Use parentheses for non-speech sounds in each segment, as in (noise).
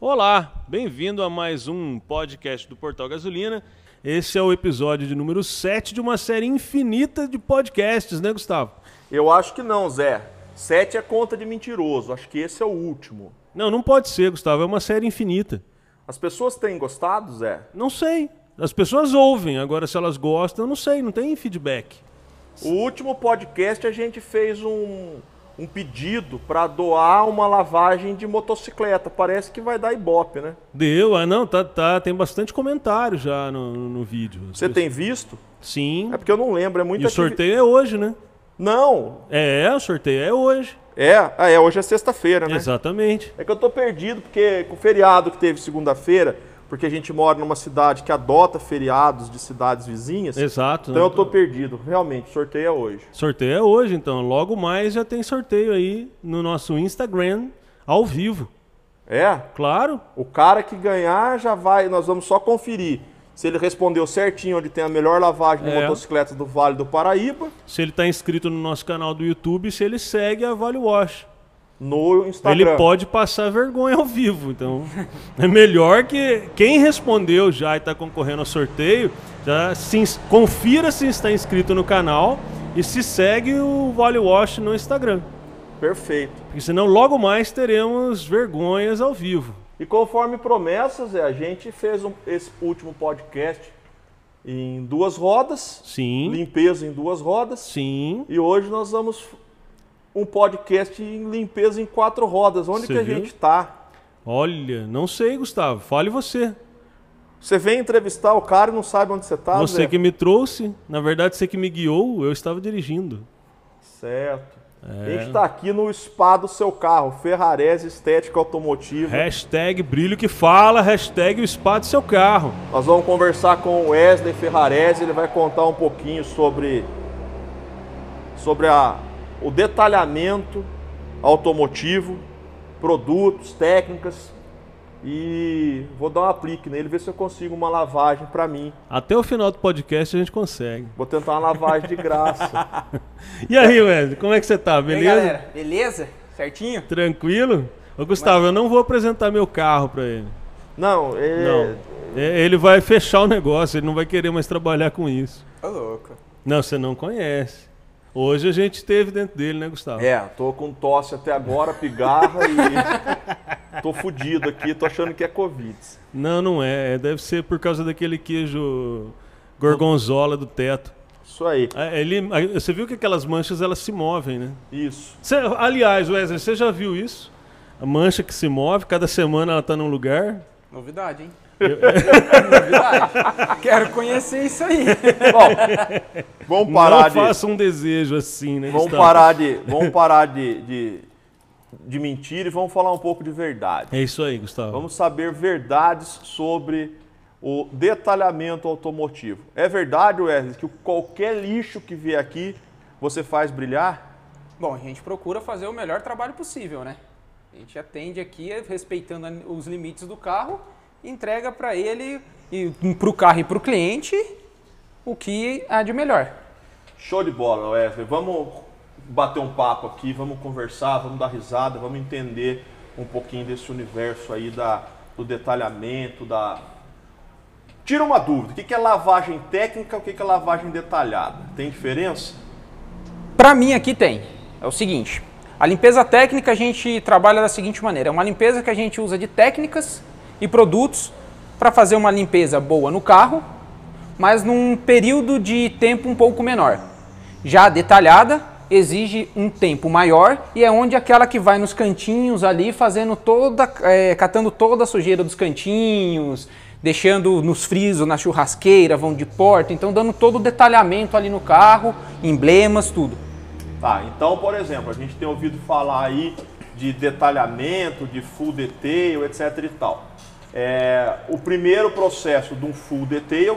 Olá, bem-vindo a mais um podcast do Portal Gasolina. Esse é o episódio de número 7 de uma série infinita de podcasts, né, Gustavo? Eu acho que não, Zé. Sete é conta de mentiroso. Acho que esse é o último. Não, não pode ser, Gustavo, é uma série infinita. As pessoas têm gostado, Zé? Não sei. As pessoas ouvem, agora se elas gostam, eu não sei, não tem feedback. O último podcast a gente fez um, um pedido para doar uma lavagem de motocicleta. Parece que vai dar ibope, né? Deu, ah não, tá, tá, tem bastante comentário já no, no- no vídeo. As Você pessoas- tem visto? Sim. É porque eu não lembro, é E muita o ativi- sorteio é hoje, né? Não, É, o sorteio é hoje. é, ah, é hoje é sexta-feira, né? Exatamente. É que eu tô perdido porque com o feriado que teve segunda-feira, porque a gente mora numa cidade que adota feriados de cidades vizinhas. Exato. Então né? eu tô perdido, realmente, o sorteio é hoje. Sorteio é hoje, então. Logo mais já tem sorteio aí no nosso Instagram, ao vivo. É? Claro. O cara que ganhar já vai, nós vamos só conferir se ele respondeu certinho onde tem a melhor lavagem de É. motocicletas do Vale do Paraíba Se ele tá inscrito no nosso canal do YouTube, se ele segue a Vale Wash. no Instagram. Ele pode passar vergonha ao vivo, então é melhor que quem respondeu já e tá concorrendo ao sorteio, já se ins- confira se está inscrito no canal e se segue o Vale Wash no Instagram. Perfeito. Porque senão logo mais teremos vergonhas ao vivo. E conforme promessas, é, a gente fez um- esse último podcast em duas rodas, Sim. limpeza em duas rodas. Sim. E hoje nós vamos f- um podcast em limpeza em quatro rodas. Onde Você que a viu? gente tá? Olha, não sei, Gustavo. Fale você. Você vem entrevistar o cara e não sabe onde você tá, você Zé? que me trouxe, na verdade, você que me guiou, eu estava dirigindo. Certo. A gente tá aqui no spa do seu carro, Ferrarese Estética Automotiva. É. Hashtag brilho que fala, hashtag o spa do seu carro. Nós vamos conversar com o Wesley Ferrarese, ele vai contar um pouquinho sobre sobre a, o detalhamento automotivo, produtos, técnicas e vou dar um aplique nele, ver se eu consigo uma lavagem para mim. Até o final do podcast a gente consegue. Vou tentar uma lavagem de graça. E aí, Wesley, como é que você tá? (laughs) E aí, Beleza? galera? Beleza? Certinho? Tranquilo? Ô, Gustavo, eu não vou apresentar meu carro pra ele. Não, é, Não. É, Ele vai fechar o negócio, ele não vai querer mais trabalhar com isso. Ô, louco. Não, você não conhece. Hoje a gente teve dentro dele, né, Gustavo? É, tô com tosse até agora, pigarra (laughs) e tô fudido aqui, tô achando que é covid. Não, não é. É, Deve ser por causa daquele queijo gorgonzola do teto. Isso aí. É, Ele, aí você viu que aquelas manchas elas se movem, né? Isso. Você- aliás, Wesley, você já viu isso? A mancha que se move, cada semana ela tá num lugar. Novidade, hein? (laughs) Novidade. Quero conhecer isso aí. Vamos parar não de faça um desejo assim, né? Vamos Gustavo? parar de, vamos parar de, de, de mentir e vamos falar um pouco de verdade. É isso aí, Gustavo. Vamos saber verdades sobre o detalhamento automotivo. É verdade, Wesley, que qualquer lixo que vier aqui você faz brilhar? Bom, a gente procura fazer o melhor trabalho possível, né? A gente atende aqui eh, respeitando a- os limites do carro, entrega pra ele, e pro carro e pro cliente, o que há de melhor. Show de bola, Wesley. Vamos bater um papo aqui, vamos conversar, vamos dar risada, vamos entender um pouquinho desse universo aí da, do detalhamento, da. Tira uma dúvida, o que que é lavagem técnica, o que que é lavagem detalhada? Tem diferença? Pra mim aqui tem. É o seguinte, a limpeza técnica a gente trabalha da seguinte maneira, é uma limpeza que a gente usa de técnicas e produtos para fazer uma limpeza boa no carro, mas num período de tempo um pouco menor. Já a detalhada exige um tempo maior e é onde aquela que vai nos cantinhos ali fazendo toda, eh, catando toda a sujeira dos cantinhos, deixando nos frisos, na churrasqueira, vão de porta, então dando todo o detalhamento ali no carro, emblemas, tudo. Tá, então, por exemplo, a gente tem ouvido falar aí de detalhamento, de full detail, etc e tal. É, o primeiro processo de um full detail,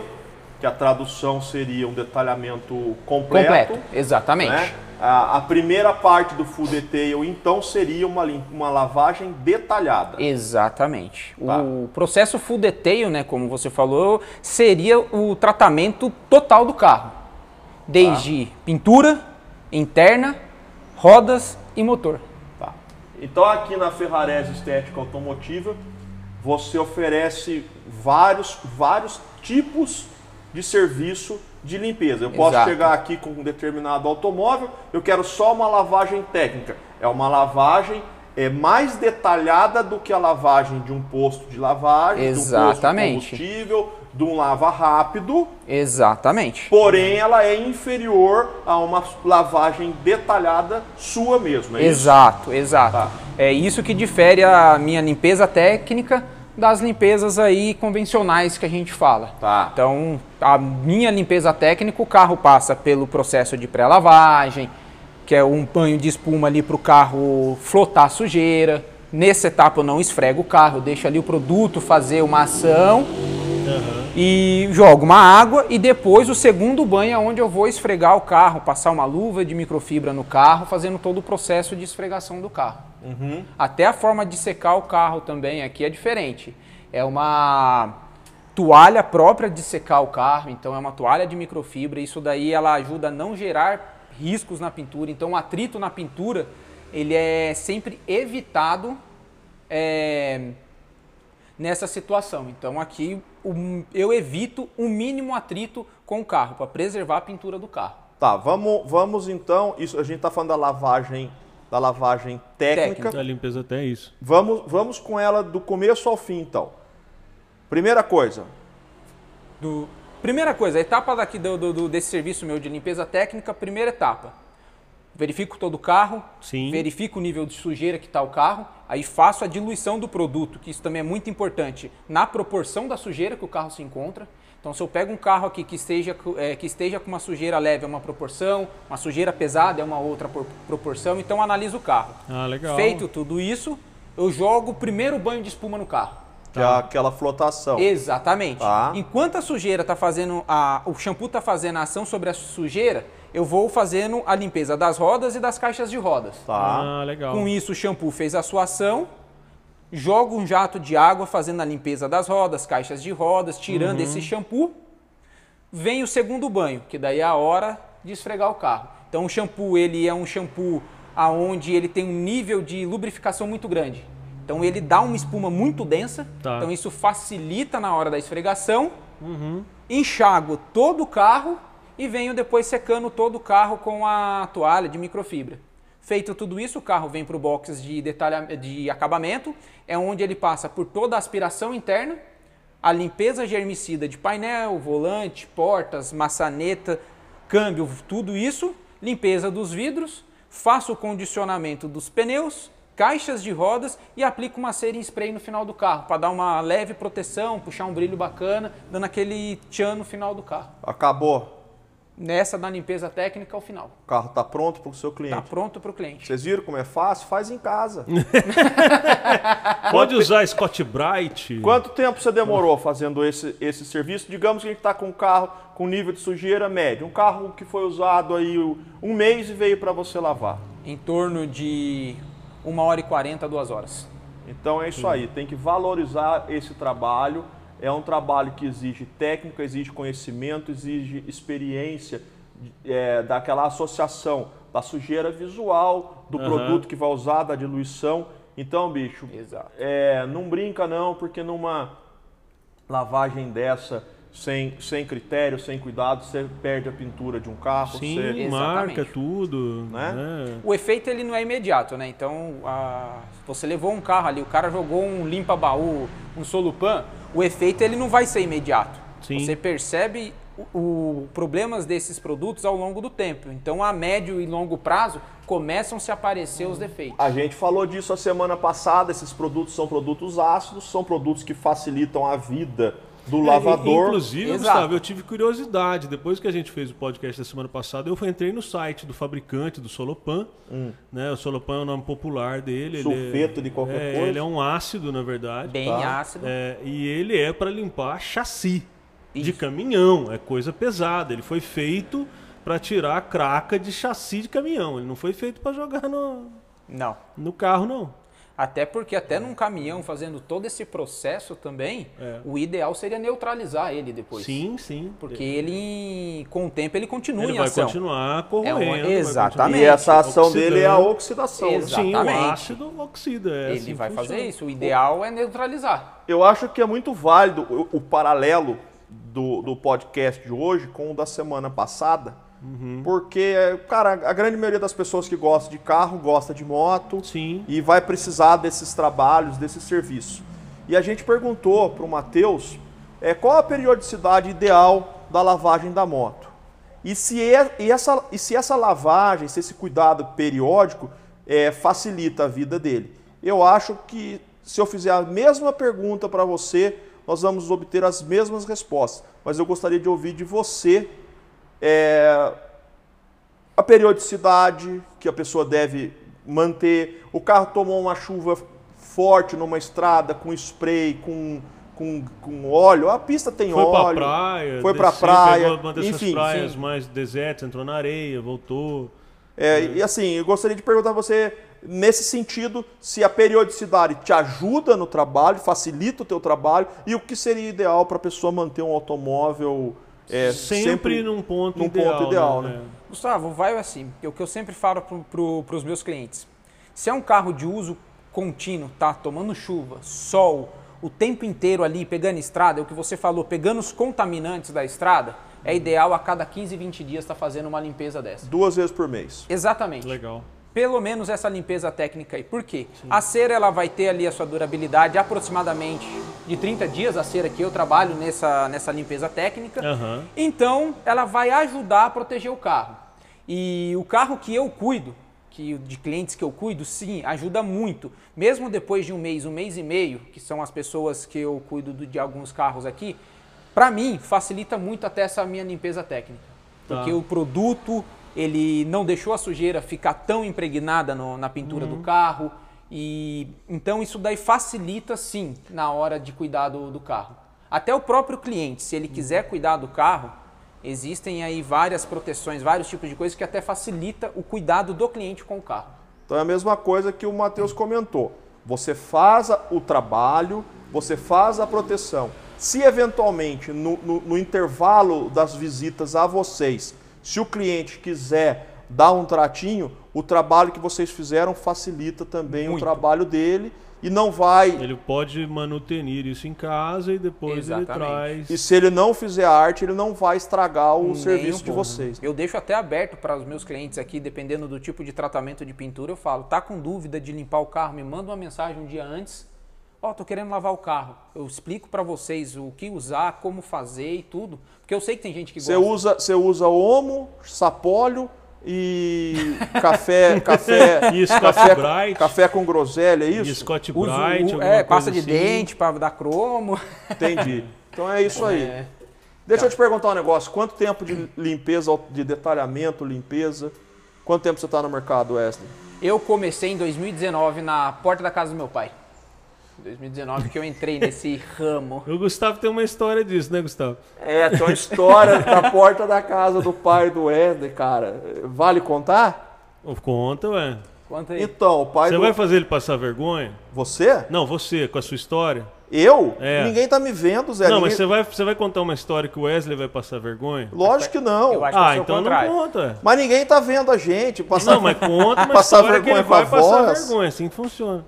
que a tradução seria um detalhamento completo, Completo, exatamente. né? A, a primeira parte do full detail, então, seria uma, lim- uma lavagem detalhada. Exatamente. Tá. O processo full detail, né, como você falou, seria o tratamento total do carro. Desde Tá. pintura, interna, rodas e motor. Tá. Então aqui na Ferrarese Estética Automotiva você oferece vários, vários tipos de serviço de limpeza. Eu posso Exato. chegar aqui com um determinado automóvel, eu quero só uma lavagem técnica. É uma lavagem é mais detalhada do que a lavagem de um posto de lavagem, de um posto Exatamente. de combustível, de um lava rápido. Exatamente. Porém, ela é inferior a uma lavagem detalhada sua mesmo. É isso? Exato, exato. Tá. É isso que difere a minha limpeza técnica das limpezas aí convencionais que a gente fala. Tá. Então, a minha limpeza técnica, o carro passa pelo processo de pré-lavagem, que é um banho de espuma ali para o carro flotar a sujeira. Nessa etapa eu não esfrego o carro, eu deixo ali o produto fazer uma ação e jogo uma água e depois o segundo banho é onde eu vou esfregar o carro, passar uma luva de microfibra no carro, fazendo todo o processo de esfregação do carro. Até a forma de secar o carro também aqui é diferente. É uma toalha própria de secar o carro, então é uma toalha de microfibra, isso daí ela ajuda a não gerar riscos na pintura, então o atrito na pintura ele é sempre evitado é, nessa situação. Então aqui o- eu evito o mínimo atrito com o carro para preservar a pintura do carro. Tá, vamos, vamos então. Isso, a gente tá falando da lavagem, da lavagem técnica. A limpeza até é isso. Vamos, vamos com ela do começo ao fim, então. Primeira coisa, Do- Primeira coisa, a etapa daqui do, do- do- desse serviço meu de limpeza técnica, primeira etapa. Verifico todo o carro, Sim. verifico o nível de sujeira que está o carro, aí faço a diluição do produto, que isso também é muito importante, na proporção da sujeira que o carro se encontra. Então, se eu pego um carro aqui que esteja, co- eh, que esteja com uma sujeira leve é uma proporção, uma sujeira pesada é uma outra por- proporção, então eu analiso o carro. Ah, legal. Feito tudo isso, eu jogo o primeiro banho de espuma no carro. que é aquela flotação. Exatamente. Tá. Enquanto a sujeira tá fazendo a, o shampoo tá fazendo a ação sobre a sujeira, eu vou fazendo a limpeza das rodas e das caixas de rodas. Tá. Ah, legal. Com isso o shampoo fez a sua ação, jogo um jato de água fazendo a limpeza das rodas, caixas de rodas, tirando Uhum. esse shampoo. Vem o segundo banho, que daí é a hora de esfregar o carro. Então o shampoo, ele é um shampoo aonde ele tem um nível de lubrificação muito grande. Então ele dá uma espuma muito densa, Tá. então isso facilita na hora da esfregação. Enxago todo o carro e venho depois secando todo o carro com a toalha de microfibra. Feito tudo isso, o carro vem para o box de, detalha, de acabamento, é onde ele passa por toda a aspiração interna, a limpeza germicida de painel, volante, portas, maçaneta, câmbio, tudo isso, limpeza dos vidros, faço o condicionamento dos pneus, caixas de rodas e aplico uma cera em spray no final do carro para dar uma leve proteção, puxar um brilho bacana, dando aquele tchan no final do carro. Acabou. Nessa da limpeza técnica ao final. O carro tá pronto pro seu Tá cliente. pronto para o cliente. Vocês viram como é fácil? Faz em casa. Pode usar Scott Bright. Quanto tempo você demorou fazendo esse, esse serviço? Digamos que a gente está com um carro com nível de sujeira médio. Um carro que foi usado aí o- um mês e veio para você lavar. Em torno de 1 hora e 40, 2 horas. Então é isso aí, tem que valorizar esse trabalho. É um trabalho que exige técnica, exige conhecimento, exige experiência é, daquela associação da sujeira visual, do Aham. produto que vai usar, da diluição. Então, bicho, Exato. é, não brinca não, porque numa lavagem dessa, sem, sem critério, sem cuidado, você perde a pintura de um carro. Sim, você- marca Exatamente. tudo. Né? né? O efeito ele não é imediato, né? Então, a- você levou um carro ali, o cara jogou um limpa-baú, um solupan, o efeito ele não vai ser imediato. Sim. Você percebe o, o problemas desses produtos ao longo do tempo. Então, a médio e longo prazo, começam a se aparecer os defeitos. A gente falou disso a semana passada. Esses produtos são produtos ácidos, são produtos que facilitam a vida do lavador. É, Inclusive, Exato. Gustavo, eu tive curiosidade. Depois que a gente fez o podcast da semana passada, eu entrei no site do fabricante do Solopan. Né? O Solopan é o nome popular dele. ele é- Hum. Sulfeto de qualquer é, coisa. Ele é um ácido, na verdade. Bem Tá. ácido. É, e ele é para limpar chassi de Isso. caminhão, é coisa pesada. Ele foi feito para tirar a craca de chassi de caminhão. Ele não foi feito para jogar no, Não. no carro, não. Até porque até num caminhão fazendo todo esse processo também, É. o ideal seria neutralizar ele depois. Sim, sim. Porque ele, com o tempo, ele continua ele em vai ação. continuar corroendo. É uma- vai continuar- exatamente. Tá? E essa ação Oxidando. dele é a oxidação. né? Exato. Sim, o Exatamente. ácido oxida. é Ele assim que vai funciona. fazer isso. O ideal é neutralizar. Eu acho que é muito válido o, o paralelo do, do podcast de hoje com o da semana passada. Porque, cara, a grande maioria das pessoas que gosta de carro gosta de moto Sim. e vai precisar desses trabalhos, desse serviço. E a gente perguntou para o Matheus é, qual a periodicidade ideal da lavagem da moto. E se, é- e essa, e se essa lavagem, se esse cuidado periódico é, facilita a vida dele. Eu acho que se eu fizer a mesma pergunta para você, nós vamos obter as mesmas respostas. Mas eu gostaria de ouvir de você é, a periodicidade que a pessoa deve manter. O carro tomou uma chuva forte numa estrada com spray, com, com, com óleo. A pista tem Foi pra óleo. praia. foi pra desceu, praia, Pegou uma dessas enfim, praias sim. mais desertas, entrou na areia, voltou. É, E assim, eu gostaria de perguntar a você, nesse sentido, se a periodicidade te ajuda no trabalho, facilita o teu trabalho e o que seria ideal para a pessoa manter um automóvel é, sempre, num ponto num ideal. ponto ideal, né? né? Gustavo, vai assim. É o que eu sempre falo para os meus clientes. Se é um carro de uso contínuo, tá tomando chuva, sol, o tempo inteiro ali pegando estrada, é o que você falou, pegando os contaminantes da estrada, é ideal a cada 15, 20 dias estar fazendo uma limpeza dessa. duas vezes por mês? Exatamente. É, Legal. pelo menos essa limpeza técnica aí. Por quê? A cera ela vai ter ali a sua durabilidade aproximadamente de 30 dias, a cera que eu trabalho nessa, nessa limpeza técnica. Aham. Então, ela vai ajudar a proteger o carro. E o carro que eu cuido, que de clientes que eu cuido, sim, ajuda muito. Mesmo depois de um mês, um mês e meio, que são as pessoas que eu cuido do- de alguns carros aqui, para mim facilita muito até essa minha limpeza técnica. Tá. Porque o produto, ele não deixou a sujeira ficar tão impregnada no- na pintura do carro. E então isso daí facilita sim na hora de cuidar do, do carro. Até o próprio cliente, se ele quiser cuidar do carro, existem aí várias proteções, vários tipos de coisas que até facilita o cuidado do cliente com o carro. Então é a mesma coisa que o Matheus comentou. Você faz a- o trabalho, você faz a proteção. Se eventualmente, no, no- no intervalo das visitas a vocês, se o cliente quiser dar um tratinho, o trabalho que vocês fizeram facilita também Muito. o trabalho dele e não vai. Ele pode manutenir isso em casa e depois Exatamente. ele traz. E se ele não fizer a arte, ele não vai estragar o Nem serviço um de pouco. vocês. Eu deixo até aberto para os meus clientes aqui, dependendo do tipo de tratamento de pintura, eu falo, tá com dúvida de limpar o carro, me manda uma mensagem um dia antes. Ó, tô querendo lavar o carro. Eu explico para vocês o que usar, como fazer e tudo, porque eu sei que tem gente que Você gosta. usa, você usa omo, sapólio e (laughs) café, café, E Scott café, Bright. café com groselha, é E isso? Scott Uso- Bright, u- alguma coisa é, pasta de assim. dente para dar cromo. (laughs) Entendi. Então é isso aí. É. Deixa eu Tá. te perguntar um negócio. Quanto tempo de limpeza, de detalhamento, limpeza? Quanto tempo você está no mercado, Wesley? Eu comecei em 2019 na porta da casa do meu pai. 2019 que eu entrei nesse ramo. O Gustavo tem uma história disso, né, Gustavo? É, tem uma história da porta da casa do pai do Wesley, cara. Vale contar? Ô, Conta, ué. Quanto aí? Então, o pai Você do... vai fazer ele passar vergonha? Você? Não, você, com a sua história. Eu? É. Ninguém tá me vendo, Zé. não, Ninguém- mas você vai, você vai contar uma história que o Wesley vai passar vergonha? Lógico que não. Eu acho que Ah, é o então não contrário. conta. ué. Mas ninguém tá vendo a gente. Passar... Não, mas (laughs) conta uma Passar história que vergonha ele com a vai passar voz? vergonha, assim que funciona.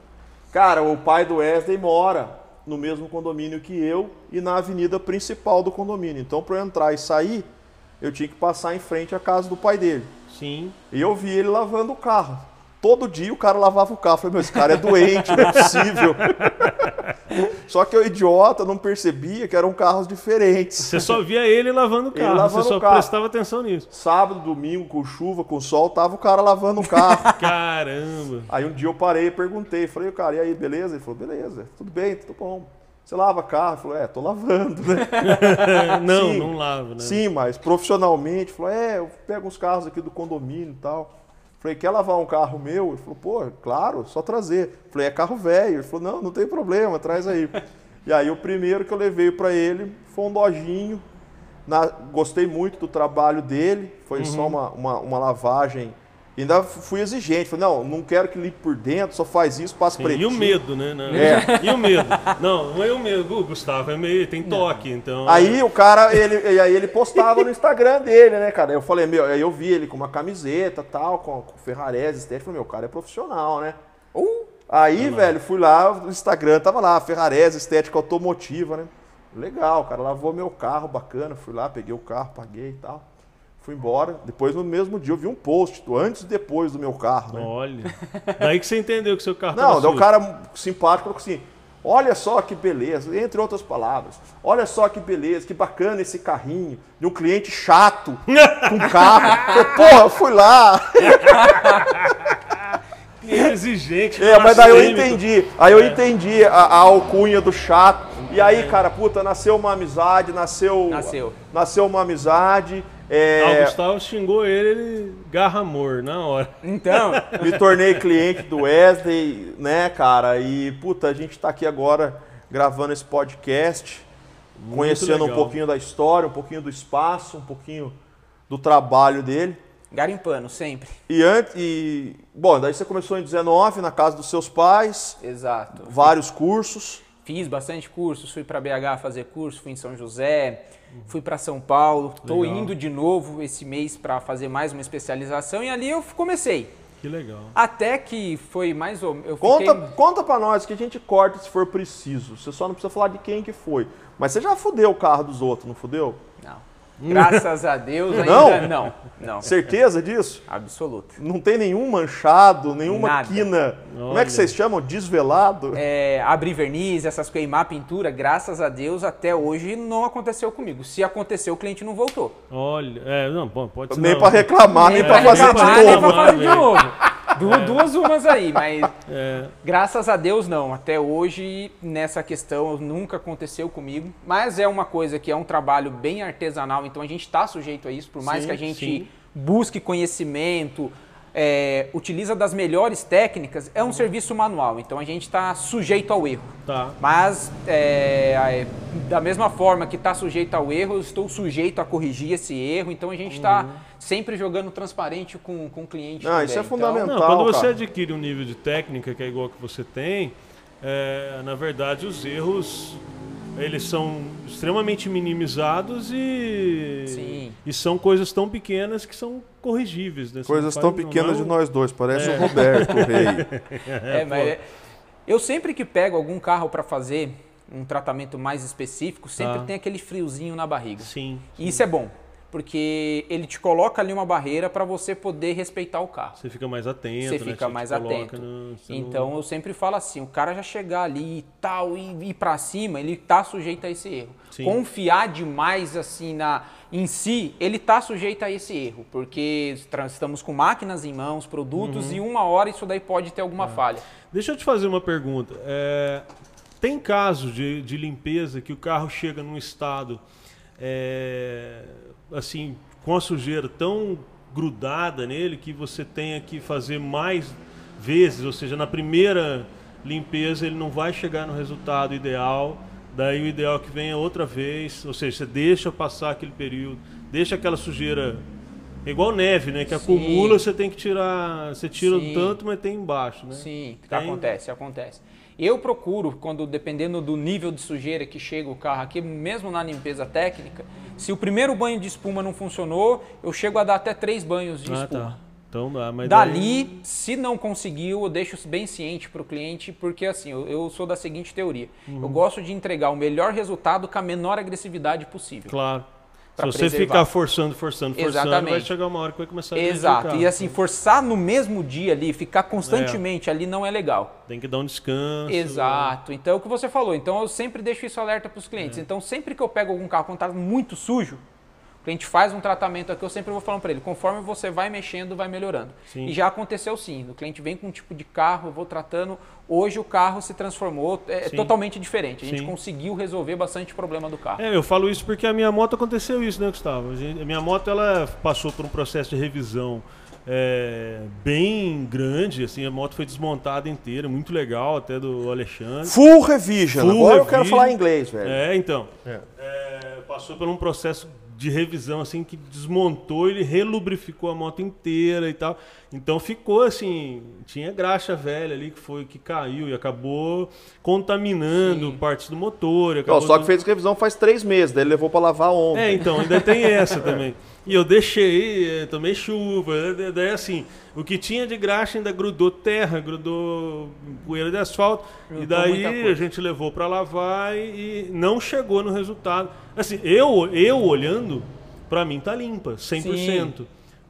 Cara, o pai do Wesley mora no mesmo condomínio que eu e na avenida principal do condomínio. Então, para eu entrar e sair, eu tinha que passar em frente à casa do pai dele. Sim. E eu vi ele lavando o carro. Todo dia o cara lavava o carro. Eu falei, meu, esse cara é doente, não é possível. (laughs) Só que eu, idiota, não percebia que eram carros diferentes. Você só via ele lavando o Ele carro, lavando você só o carro. prestava atenção nisso. Sábado, domingo, com chuva, com sol, tava o cara lavando o carro. Caramba. (laughs) Aí um dia eu parei e perguntei, falei, cara, e aí, beleza? Ele falou, beleza, tudo bem, tudo bom. Você lava carro? Ele falou, é, tô lavando, né? É, não, Sim. não lava, né? Sim, mas profissionalmente, falou, é, eu pego uns carros aqui do condomínio e tal. Falei, quer lavar um carro meu? Ele falou, pô, claro, só trazer. Falei, é carro velho. Ele falou, não, não tem problema, traz aí. e aí o primeiro que eu levei pra ele foi um dojinho. Uhum. Na- gostei muito do trabalho dele, foi só uma, uma, uma lavagem Ainda fui exigente. Falei, não, não quero que limpe por dentro, só faz isso, passa Sim, pretinho. e o medo, né? Não. É. E o medo. Não, não é o medo. O Gustavo é meio, tem toque, então. Aí o cara, ele, e aí ele postava no Instagram dele, né, cara? Eu falei, meu, aí eu vi ele com uma camiseta tal, com, com Ferrarese, estética. Falei, meu, o cara é profissional, né? Uh, Aí, velho, fui lá, no Instagram tava lá, Ferrarese, estética automotiva, né? Legal, o cara lavou meu carro, bacana. Fui lá, peguei o carro, paguei e tal. Fui embora. Depois, no mesmo dia, eu vi um post, do antes e depois do meu carro, né? é, Olha. Daí que você entendeu que seu cartão Não, daí deu o cara simpático falou assim: olha só que beleza, entre outras palavras, olha só que beleza, que bacana esse carrinho de um cliente chato com carro. Eu, Porra, eu fui lá. Exigente. É, mas daí eu polêmico. entendi. Aí eu entendi a, a alcunha do chato. E aí, cara, puta, nasceu uma amizade, nasceu. Nasceu. Nasceu uma amizade. Ah, o é, Gustavo xingou ele, ele garra amor na hora. Então, me tornei cliente do Wesley, né, cara? E, puta, a gente tá aqui agora gravando esse podcast, conhecendo um legal. pouquinho da história, um pouquinho do espaço, um pouquinho do trabalho dele. garimpando sempre. E antes. E, bom, daí você começou em 19, na casa dos seus pais, Exato. vários cursos. Fiz bastante cursos, fui para BH fazer curso, fui em São José, fui para São Paulo, estou Legal. indo de novo esse mês para fazer mais uma especialização e ali eu f- comecei. Que legal. Até que foi mais ou menos. Conta, conta pra nós que a gente corta se for preciso. Você só não precisa falar de quem que foi. Mas você já fudeu o carro dos outros, não fudeu? Não. Graças a Deus Não? ainda não. Não. Certeza disso? Absoluta. Não tem nenhum manchado, nenhuma Nada. quina. Como é Olha. que vocês chamam? Desvelado? É, abrir verniz, essas coisas, queimar pintura, graças a Deus até hoje não aconteceu comigo. Se aconteceu, o cliente não voltou. Olha, é, não, bom, pode ser. nem não. pra reclamar, nem, é, pra fazer de reclamar, novo. Nem pra fazer de né? novo. Du- Duas umas aí, mas É, graças a Deus não. Até hoje, nessa questão, nunca aconteceu comigo. Mas é uma coisa que é um trabalho bem artesanal, então a gente está sujeito a isso, por mais Sim, que a gente sim. busque conhecimento, é, utiliza das melhores técnicas, é um serviço manual, então a gente está sujeito ao erro. tá. Mas, é, é, da mesma forma que está sujeito ao erro, eu estou sujeito a corrigir esse erro. Então, a gente Uhum. está sempre jogando transparente com, com o cliente. Não, também. isso é Então, fundamental. Não, quando você cara. adquire um nível de técnica que é igual que você tem, é, na verdade os erros eles são extremamente minimizados e, Sim. e são coisas tão pequenas que são corrigíveis. Né? Você Coisas não tão faz- não pequenas é de um- nós dois, parece o Roberto o (laughs) Rei. é, mas é- eu sempre que pego algum carro para fazer um tratamento mais específico, sempre Tá. tem aquele friozinho na barriga. Sim. E isso é bom, porque ele te coloca ali uma barreira para você poder respeitar o carro. Você fica mais atento. Você né? fica te mais coloca atento. no- você não- Então eu sempre falo assim, o cara já chegar ali e tal e ir para cima, ele tá sujeito a esse erro. Sim. Confiar demais assim na em si, ele tá sujeito a esse erro, porque tra- estamos com máquinas em mãos, Uhum. produtos e uma hora isso daí pode É. ter alguma falha. Deixa eu te fazer uma pergunta. É, tem casos de, de limpeza que o carro chega num estado é, assim com a sujeira tão grudada nele que você tenha que fazer mais vezes, ou seja, na primeira limpeza ele não vai chegar no resultado ideal. Daí o ideal é que venha outra vez, ou seja, você deixa passar aquele período, deixa aquela sujeira é igual neve, né? Que Sim. acumula, você tem que tirar, você tira Sim. tanto mas tem embaixo, né? Sim, tá Tem- um acontece, acontece. Eu procuro, quando dependendo do nível de sujeira que chega o carro aqui, mesmo na limpeza técnica, se o primeiro banho de espuma não funcionou, eu chego a dar até três banhos de Ah, espuma. tá. Então dá, mas daí- um Dali, se não conseguiu, eu deixo bem ciente para o cliente, porque assim, eu, eu sou da seguinte teoria. Uhum. Eu gosto de entregar o melhor resultado com a menor agressividade possível. claro. Pra Se você preservar. ficar forçando, forçando, forçando, vai Exatamente. chegar uma hora que vai começar a dirigir o Exato. carro. E assim, forçar no mesmo dia ali, É. ficar constantemente ali não é legal. Tem que dar um descanso. Exato. Então, é o que você falou. Então, eu sempre deixo isso alerta para os É. clientes. Então, sempre que eu pego algum carro quando tá muito sujo, o cliente faz um tratamento aqui, eu sempre vou falando para ele, conforme você vai mexendo, vai melhorando. Sim. E já aconteceu sim. O cliente vem com um tipo de carro, eu vou tratando. Hoje o carro se transformou, é Sim. totalmente diferente. A gente Sim. conseguiu resolver bastante problema do carro. É, eu falo isso porque a minha moto aconteceu isso, né, Gustavo? A gente- a minha moto ela passou por um processo de revisão é, bem grande, assim, a moto foi desmontada inteira, muito legal, até do Alexandre. Full revision. Full Agora eu quero revision. falar inglês, velho. É, então. É, passou por um processo de revisão, assim, que desmontou, ele relubrificou a moto inteira e tal. Então ficou assim, tinha graxa velha ali que foi que caiu e acabou contaminando partes do motor. e Não, acabou só que dando- fez revisão faz três meses, daí ele levou pra lavar ontem. é, então, ainda tem essa também. E eu deixei, eh, tomei chuva, eh, daí assim, o que tinha de graxa ainda grudou terra, grudou poeira de asfalto, e Grudou muita daí coisa. a gente levou pra lavar e, e não chegou no resultado. Assim, eu, eu olhando, pra mim tá limpa, 100%.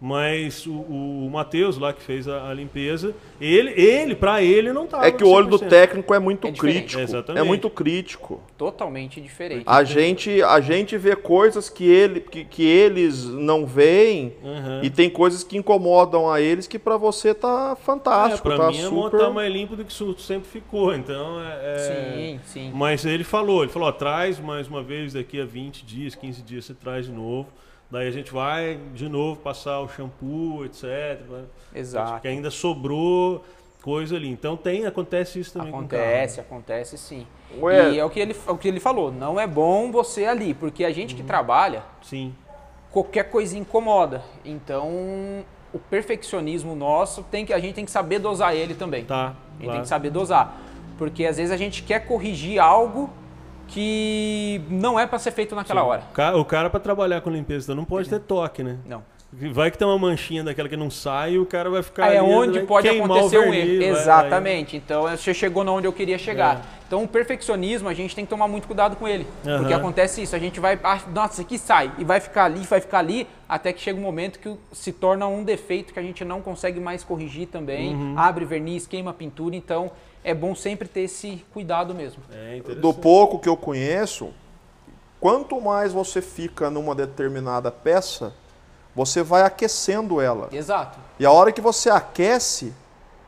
Mas o, o Matheus lá que fez a, a limpeza, ele, ele para ele não tava É que o olho do 100%. técnico é muito É diferente. crítico. Exatamente. É muito crítico. Totalmente diferente. Ah, A gente, a gente vê coisas que, ele, que, que eles não veem Aham. e tem coisas que incomodam a eles que pra você tá É, fantástico, pra tá mim a moto super. tá mais limpa do que su- sempre ficou, então é, é- Sim, sim. Mas ele falou, ele falou, ó, traz mais uma vez daqui a 20 dias, 15 dias você traz de novo. Daí a gente vai de novo passar o shampoo, etc. né? Exato. Porque ainda sobrou coisa ali. Então tem, acontece isso também né? Acontece, acontece sim. Ué. E é o que, ele, é o que ele falou, não é bom você ali, porque a gente que Uhum. trabalha, com o carro. Sim. qualquer coisa incomoda. Então, o perfeccionismo nosso, tem que, a gente tem que saber dosar ele também. Tá. A gente tem claro. que saber dosar. Porque às vezes a gente quer corrigir algo que não é para ser feito naquela hora. O cara, o cara pra trabalhar com limpeza então não pode ter toque, né? Não. Porque Vai que tem uma manchinha daquela que não sai e o cara vai ficar. É ali, onde vai pode queimar o acontecer um verniz, né? É. erro. vai- vai- Exatamente. Então você chegou na onde eu queria chegar. Então o perfeccionismo a gente tem que tomar muito cuidado com ele. Aham. Porque acontece isso, a gente vai, ah, nossa, isso aqui sai e vai ficar ali, vai ficar ali, até que chega um momento que se torna um defeito que a gente não consegue mais corrigir também. Uhum. Abre verniz, queima pintura, então é bom sempre ter esse cuidado mesmo. É, interessante. Do pouco que eu conheço, quanto mais você fica numa determinada peça, você vai aquecendo ela. É. Exato. E a hora que você aquece,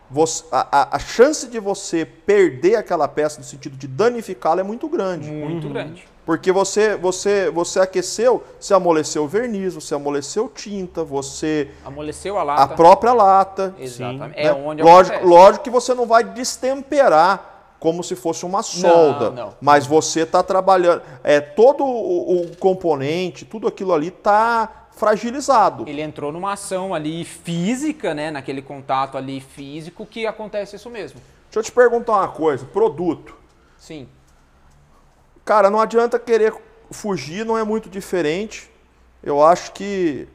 você- a, a- a chance de você perder aquela peça no sentido de danificá-la é muito grande. Muito Uhum. grande. Porque você, você, você aqueceu, você amoleceu verniz, você amoleceu tinta, você. Amoleceu a a lata. própria lata. Exatamente. né? É onde lógico, acontece. lógico que você não vai destemperar como se fosse uma solda. não. Mas você está trabalhando. É, todo o, o componente, tudo aquilo ali está fragilizado. Ele entrou numa ação ali física, né? Naquele contato ali físico que acontece isso mesmo. Deixa eu te perguntar uma coisa: produto. Sim. Cara, não adianta querer fugir, não é muito diferente. Eu acho que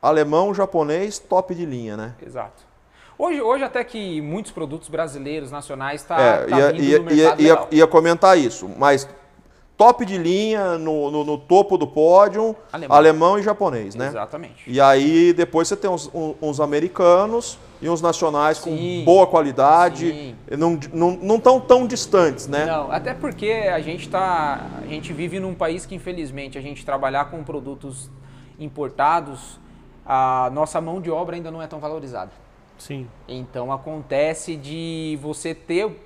alemão, japonês, top de linha, né? Exato. Hoje, hoje até que muitos produtos brasileiros, nacionais, tá, É, tá ia, vindo ia- no mercado ia- legal. ia- ia comentar isso, mas top de linha, no, no- no topo do pódio, Alemão. alemão, e japonês, né? Exatamente. E aí depois você tem uns, um- uns americanos e uns nacionais Sim. com boa qualidade, Sim. não estão não, não tão, tão distantes, né? Não, até porque a gente tá. A gente vive num país que, infelizmente, a gente trabalhar com produtos importados, a nossa mão de obra ainda não é tão valorizada. Sim. Então acontece de você ter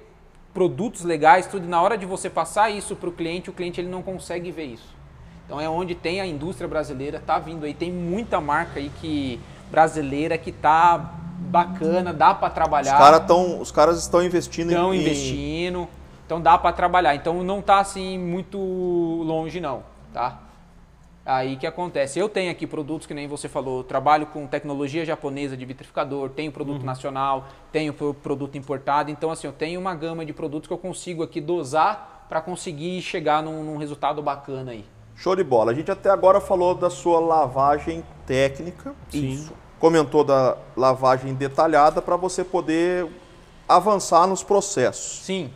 produtos legais, tudo, e na hora de você passar isso para o cliente, o cliente ele não consegue ver isso. Então é onde tem a indústria brasileira, tá vindo aí, tem muita marca aí que brasileira que tá bacana, dá para Os, trabalhar, cara tão, os caras estão investindo estão em, em investindo, então dá para trabalhar. Então não tá assim muito longe não, tá? Aí que acontece. Eu tenho aqui produtos que nem você falou, eu trabalho com tecnologia japonesa de vitrificador, tenho produto nacional, tenho pro- produto importado. Então, assim, eu tenho uma gama de produtos que eu consigo aqui dosar para conseguir chegar num, num resultado bacana aí. Show de bola. A gente até agora falou da sua lavagem técnica. Sim. Isso. Comentou da lavagem detalhada para você poder avançar nos processos. Sim,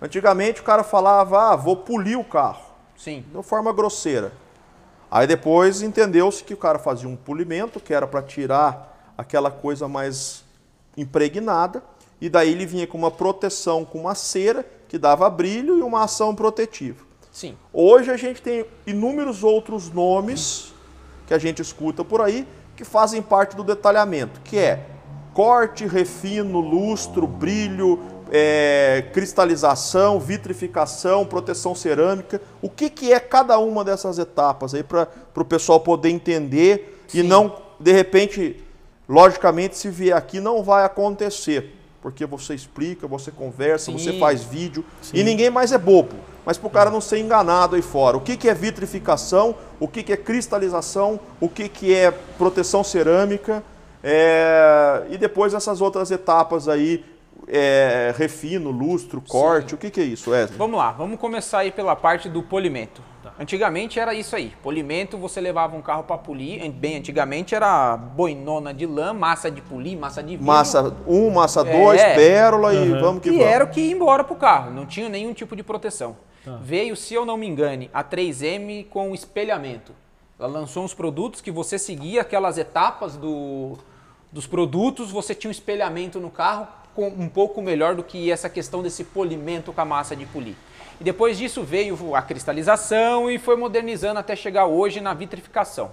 Antigamente o cara falava, ah, vou polir o carro, sim. de uma forma grosseira. Aí depois entendeu-se que o cara fazia um polimento, que era para tirar aquela coisa mais impregnada, e daí ele vinha com uma proteção com uma cera que dava brilho e uma ação protetiva. Sim. Hoje a gente tem inúmeros outros nomes que a gente escuta por aí que fazem parte do detalhamento, que é corte, refino, lustro, brilho, é, cristalização, vitrificação, proteção cerâmica. O que, que é cada uma dessas etapas aí para o pessoal poder entender e Sim. não, de repente, logicamente, se vier aqui não vai acontecer. Porque você explica, você conversa, você Sim. faz vídeo e ninguém mais é bobo. mas para o cara não ser enganado aí fora. O que, que é vitrificação, o que, que é cristalização, o que, que é proteção cerâmica é, e depois essas outras etapas aí, é, refino, lustro, corte, o que, que é isso, Wesley? Vamos lá, vamos começar aí pela parte do polimento. Antigamente era isso aí. Polimento, você levava um carro para polir. Bem, antigamente era boinona de lã, massa de polir, massa de vidro. Massa 1, massa 2, É. pérola e Uhum. vamos que e vamos. era o que ia embora pro carro, não tinha nenhum tipo de proteção. Tá. Veio, se eu não me engane, a 3M com um espelhamento. Ela lançou uns produtos que você seguia aquelas etapas do, dos produtos, você tinha um espelhamento no carro com um pouco melhor do que essa questão desse polimento com a massa de polir. E depois disso veio a cristalização e foi modernizando até chegar hoje na vitrificação.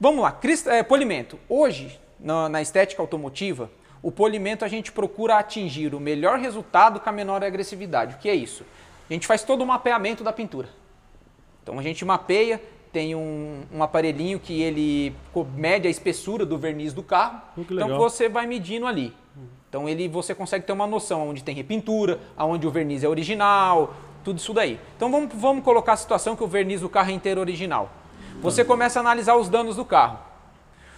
Vamos lá, crist- eh, polimento. Hoje, na, na estética automotiva, o polimento a gente procura atingir o melhor resultado com a menor agressividade. O que é isso? A gente faz todo o mapeamento da pintura. Então a gente mapeia, tem um, um aparelhinho que ele co- mede a espessura do verniz do carro. Hum, que então legal. você vai medindo ali. Então ele você consegue ter uma noção onde tem repintura, aonde o verniz é original, tudo isso daí. Então vamos, vamos colocar a situação que o verniz do carro é inteiro original. Tá. Você começa a analisar os danos do carro.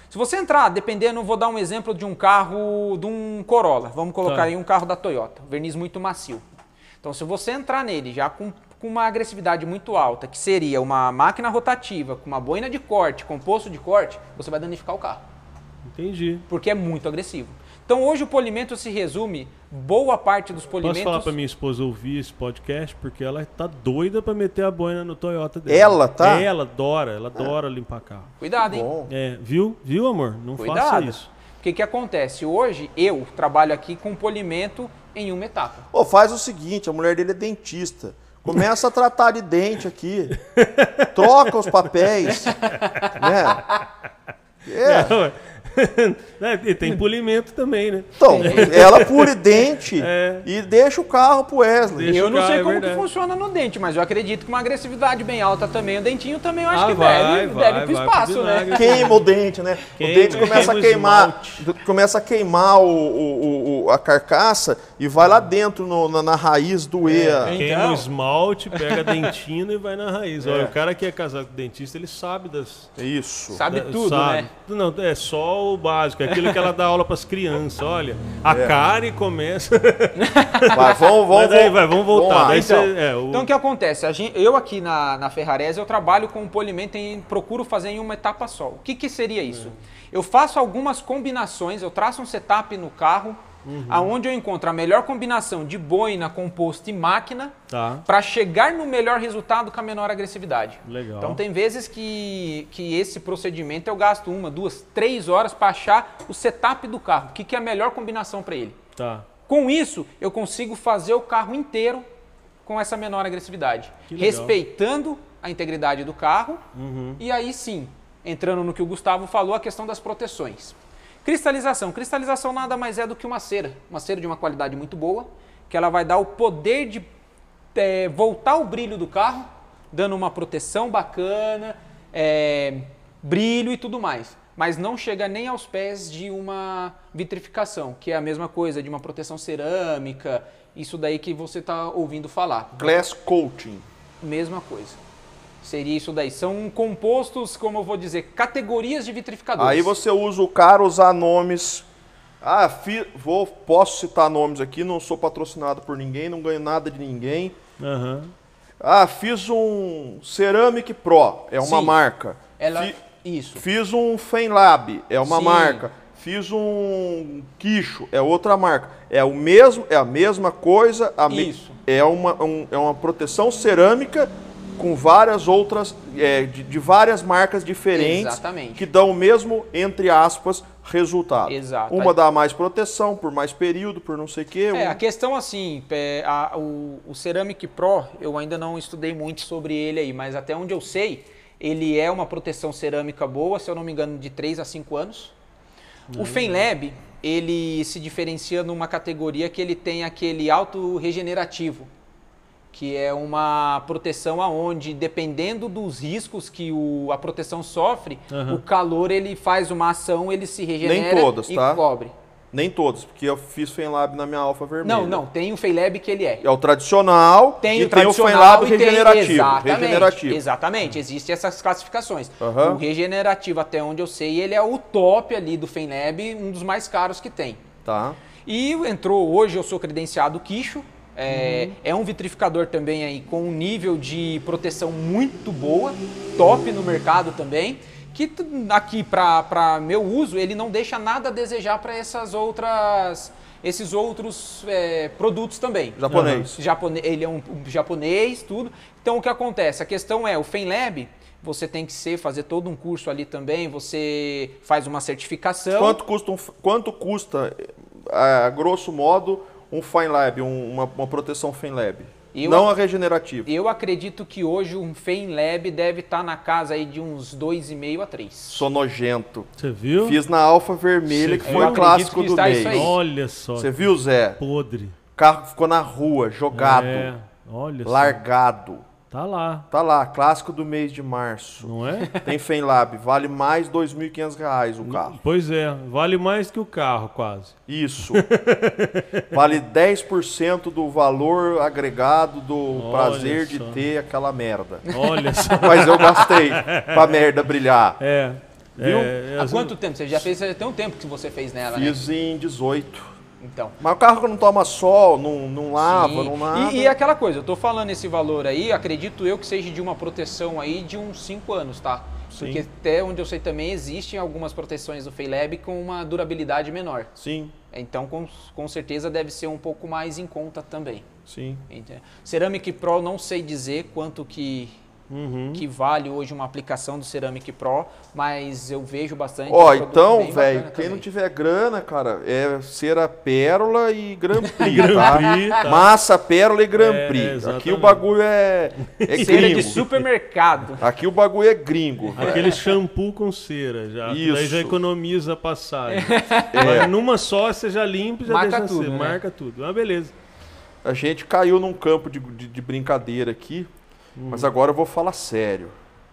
Se você entrar, dependendo, eu vou dar um exemplo de um carro, de um Corolla. Vamos colocar Tá. aí um carro da Toyota, verniz muito macio. Então, se você entrar nele já com, com uma agressividade muito alta, que seria uma máquina rotativa, com uma boina de corte, composto de corte, você vai danificar o carro Entendi. porque é muito agressivo. Então hoje o polimento se resume, boa parte dos polimentos... Posso falar pra minha esposa ouvir esse podcast? Porque ela tá doida pra meter a boina no Toyota dela. Ela tá? Ela adora, ela adora limpar carro. Cuidado, hein? Bom, É, viu? Viu, amor? Não faça Cuidado. isso. O que, que acontece? Hoje eu trabalho aqui com polimento em uma etapa. Ô, faz o seguinte, a mulher dele é dentista. Começa a tratar de dente (laughs) aqui. Troca os papéis. (laughs) Né? (laughs) É. Né? e tem polimento também, né? Então, ela pule dente e deixa o carro pro Wesley. É. Deixa eu o não cara, sei é como que verdade. funciona no dente, mas eu acredito que uma agressividade bem alta também, o dentinho também eu acho Ah, que vai, deve, vai, deve pro vai, espaço, pro né? vinagre. Queima o dente, né? o Queima- dente começa queima a o queimar, esmalte. do- começa a queimar o, o- o- o- a carcaça e vai lá dentro no- na, na raiz do E. a- Então. Queima o esmalte, pega a dentina e vai na (laughs) raiz. Olha, o cara que é casado com dentista, ele sabe das. É Isso. Sabe da- tudo, né? Não, é só o básico, é aquilo que ela dá aula pras crianças. Olha, a cara e começa. Vai, vamos, É. (laughs) vamos, Mas daí, vamos- vai, vamos vamos voltar. lá. daí Então, cê- é, o- então o que acontece? A gen- eu aqui na, na Ferrarese, eu trabalho com polimento e procuro fazer em uma etapa só. O que, que seria isso? É. Eu faço algumas combinações, eu traço um setup no carro, Uhum. aonde eu encontro a melhor combinação de boina, composto e máquina, Tá. para chegar no melhor resultado com a menor agressividade. Legal. Então tem vezes que, que esse procedimento eu gasto uma, duas, três horas para achar o setup do carro, o que, que é a melhor combinação para ele. Tá. Com isso, eu consigo fazer o carro inteiro com essa menor agressividade, Que legal. respeitando a integridade do carro e aí sim, entrando no que o Gustavo falou, a questão das proteções. Cristalização. Cristalização nada mais é do que uma cera, uma cera de uma qualidade muito boa, que ela vai dar o poder de eh, voltar o brilho do carro, dando uma proteção bacana, eh, brilho e tudo mais. Mas não chega nem aos pés de uma vitrificação, que é a mesma coisa de uma proteção cerâmica, isso daí que você está ouvindo falar. Glass coating. Mesma coisa. Seria isso daí. São compostos, como eu vou dizer, categorias de vitrificadores. Aí você usa o cara usar nomes. Ah, fi- vou, posso citar nomes aqui, não sou patrocinado por ninguém, não ganho nada de ninguém. Aham. Ah, fiz um Ceramic Pro, é uma Sim. marca. Ela... Fi- Isso. Fiz um Fenlab, é uma Sim. marca. Fiz um Quicho, é outra marca. É o mesmo, é a mesma coisa, a me- Isso. é uma um- é uma proteção cerâmica com várias outras é, de, de várias marcas diferentes Exatamente. que dão o mesmo entre aspas resultado. Exato. Uma dá mais proteção por mais período, por não sei o quê. É, um- a questão assim, é, a- o, o Ceramic Pro, eu ainda não estudei muito sobre ele aí, mas até onde eu sei, ele é uma proteção cerâmica boa, se eu não me engano, de 3 a 5 anos. Hum. O FenLab, ele se diferencia numa categoria que ele tem aquele auto-regenerativo, que é uma proteção aonde, dependendo dos riscos que o- a proteção sofre, Aham. o calor ele faz uma ação, ele se regenera todas, e tá? cobre. Nem todos, porque eu fiz Fenlab na minha alfa vermelha. Não, não, tem o Feileb que ele é. É o tradicional Tem e o tradicional tem o Fenlab e tem- regenerativo. Exatamente, regenerativo. Exatamente, existem essas classificações. Aham. O regenerativo, até onde eu sei, ele é o top ali do Fenlab, um dos mais caros que tem. Tá. E entrou hoje, eu sou credenciado Quixo. É, é um vitrificador também aí com um nível de proteção muito boa, top no mercado também. Que t- aqui para meu uso ele não deixa nada a desejar para essas outras, esses outros é, produtos também. Japonês. Japone- ele é um, um japonês, tudo. Então o que acontece? A questão é, o FENLAB, você tem que ser, fazer todo um curso ali também, você faz uma certificação. Quanto custa, um, quanto custa é, a grosso modo, um Fenlab, um- uma, uma proteção Fenlab? Eu- Não a regenerativa. Eu acredito que hoje um FEMLAB deve estar na casa aí de uns 2,5 a 3. Sou nojento. Você viu? Fiz na alfa vermelha, Você que viu? foi Eu o acredito clássico que do está mês. isso aí. Olha só. Você viu, Zé? Podre. O carro ficou na rua, jogado, É. Olha largado. só. Tá lá. Tá lá, clássico do mês de março. Não é? (laughs) Tem Fenlab, vale mais R$ 2.500 reais o carro. Pois é, vale mais que o carro, quase. Isso. (laughs) vale 10% do valor agregado do Olha prazer só. de ter aquela merda. Olha (laughs) só. Mas eu gastei pra merda brilhar. É. Viu? É, Há quanto tempo? Você já fez, tem um tempo que você fez nela, né? Fiz em 18. Então. Mas o carro que não toma sol, não, não lava, Sim. não nada. E, e aquela coisa, eu tô falando esse valor aí, acredito eu que seja de uma proteção aí de uns 5 anos, tá? Sim. Porque até onde eu sei também existem algumas proteções do FEILAB com uma durabilidade menor. Sim, Então com, com certeza deve ser um pouco mais em conta também. sim. Entende? Ceramic Pro não sei dizer quanto que, Uhum. que vale hoje uma aplicação do Ceramic Pro, mas eu vejo bastante. Ó, um produto então, bem velho, bacana quem não também. tiver grana, cara, é cera pérola e (laughs) Grand Prix, tá? Grand Prix, tá? Massa, pérola e Grand É, Prix. exatamente. Aqui o bagulho é, é Cera de gringo. supermercado. Aqui o bagulho é gringo. velho. Aquele shampoo com cera já. que Daí Isso. já economiza a passagem. (laughs) É. Mas numa só você já limpa e já Marca deixa tudo, ser. né? Marca tudo. Ah, beleza. A gente caiu num campo de, de- de brincadeira aqui, Hum. mas agora eu vou falar sério.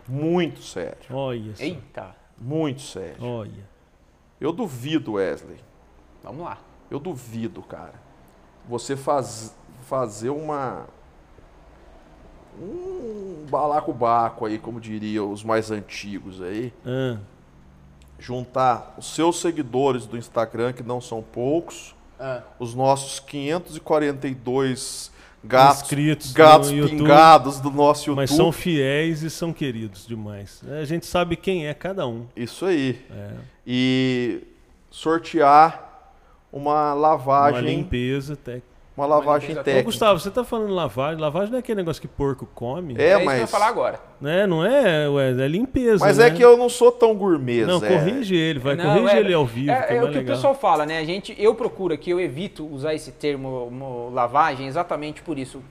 Muito sério. Olha só. Eita, Muito sério. Olha. Eu duvido, Wesley. vamos lá. Eu duvido, cara. Você faz, fazer uma. Um balacobaco aí, como diriam os mais antigos aí. Ah, Juntar os seus seguidores do Instagram, que não são poucos, Ah, os nossos 542 gatos, Inscritos no gatos YouTube. pingados do nosso YouTube. mas são fiéis e são queridos demais. A gente sabe quem é cada um. Isso aí. É, E sortear uma lavagem, uma limpeza técnica. uma lavagem limpeza Ô, técnica. Gustavo, você tá falando lavagem. Lavagem não é aquele negócio que porco come? É, é isso que eu mas- ia falar agora. Né? Não é, ué, é limpeza. Mas né? é que eu é. não sou tão gourmet, Não, Zé. corrige ele, vai. Não, corrige é- ele ao vivo. É, que é mais o que legal. o pessoal fala, né? A gente, eu procuro aqui, eu evito usar esse termo mo- lavagem exatamente por isso.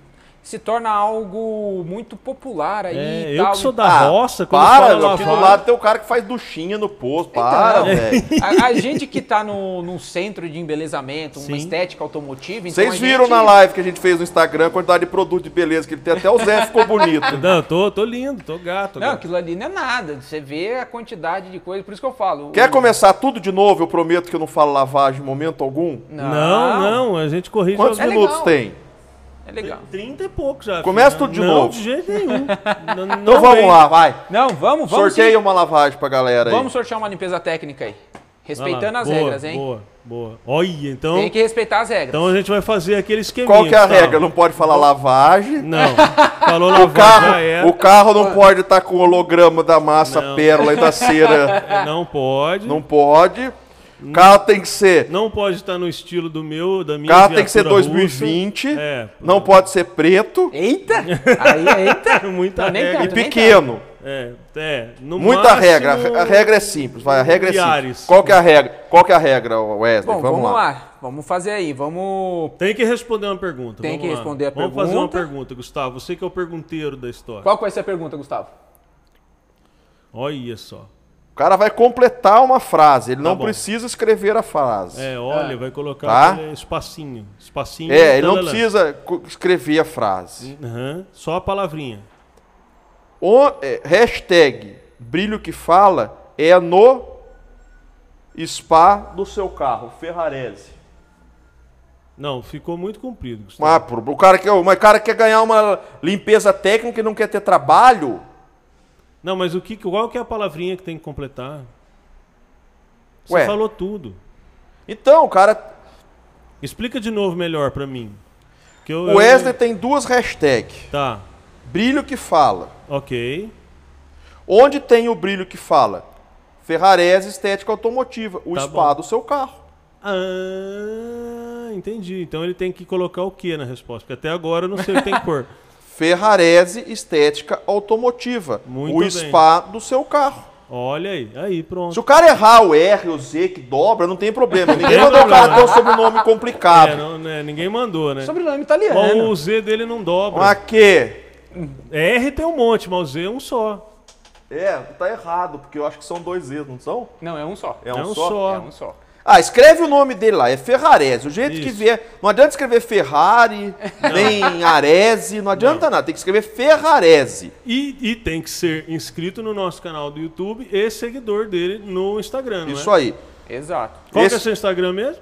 Se torna algo muito popular aí. É, e eu tal, que sou e- da roça, quando Ah, para, fala meu, aqui do lavagem- lado tem o cara que faz duchinha no posto. Para, (laughs) Então, velho. A, a gente que tá no, num centro de embelezamento, Sim. uma estética automotiva, então Vocês a viram gente- na live que a gente fez no Instagram a quantidade de produto de beleza que ele tem. Até o (laughs) Zé (laughs) ficou bonito. Não, eu tô, tô lindo, tô gato. Não, agora. aquilo ali não é nada. Você vê a quantidade de coisa, por isso que eu falo. Quer começar tudo de novo? Eu prometo que eu não falo lavagem em momento algum. não, não, a gente corrige. Quantos ao vivo. minutos legal. tem? É legal. 30 e pouco já. Começa filho. tudo de não, novo. de jeito (laughs) nenhum. N- não Então vamos vem. lá, vai. Não, vamos, vamos. Sorteia sim. uma lavagem pra galera aí. Vamos sortear uma limpeza técnica aí. Vai lá. Respeitando as Boa, regras, hein? Boa, boa. Olha, então, Tem que respeitar as regras. então a gente vai fazer aquele esqueminha. Qual que é a Gustavo. regra? Não pode falar lavagem. Não, falou O lavagem, carro, já é. o carro não pode estar com o holograma da massa Não. pérola e (laughs) da cera. Não pode. Não pode. O carro tem que ser. Não pode estar no estilo do meu, da O minha carro tem que ser viatura 2020. russa. É. (laughs) Não pode ser preto Eita! Aí, eita! (laughs) Muita É, Não, nem regra. e tanto, nem pequeno. russa. É, é. No Muita máximo- regra. A- A regra é simples. Vai, a regra é Milhares. simples. Qual que é a regra? Qual que é a regra, Wesley? Bom, vamos, lá. Vamos fazer aí. Vamos. Tem que responder uma pergunta. Tem vamos que lá. responder a Vamos fazer uma pergunta. pergunta, Gustavo. Você que é o pergunteiro da história. Qual que vai ser a pergunta, Gustavo? Olha só. O cara vai completar uma frase. Ele não bom. precisa escrever a frase. É, É, olha, Ah. vai colocar Tá. É, aquele espacinho. Espacinho. ele não talalã. precisa co- escrever a frase. Aham, Só a palavrinha. O, é, hashtag brilho que fala é no Spa do seu carro, Ferrarese. Não, ficou muito comprido, Gustavo. Mas pro- o cara, quer, mas o cara quer ganhar uma limpeza técnica e não quer ter trabalho. Não, mas o que, qual que é a palavrinha que tem que completar? Você Ué. falou tudo. Então, o cara. Explica de novo melhor pra mim. Que eu, O Wesley tem duas hashtags. Eu... Tá, Brilho que fala. ok. Onde tem o brilho que fala? Ferrarese estética automotiva, o Tá spa bom. do seu carro. Ah, entendi. Então ele tem que colocar o que na resposta? Porque até agora eu não sei o que tem que (laughs) pôr. Ferrarese estética automotiva, Muito o bem. spa do seu carro. Olha aí, aí pronto. Se o cara errar o R, o Z que dobra, não (laughs) tem problema. Ninguém tem mandou o cara problema. ter um sobrenome É, complicado. não, né, ninguém mandou, né? Sobrenome italiano. Mas o Z dele não dobra. Mas que? R tem um monte, mas o Z é um só. É, tá errado, porque eu acho que são dois Zs, não são? Não, é um só. É É um, um só? só. É um só. Ah, escreve o nome dele lá, é Ferrarese. O jeito que Isso. vier. Não adianta escrever Ferrari, nem Arese, não adianta nada. Tem que escrever Ferrarese. E, e tem que ser inscrito no nosso canal do YouTube e seguidor dele no Instagram, não Isso é? aí. Exato. Qual que é Esse- o seu Instagram mesmo?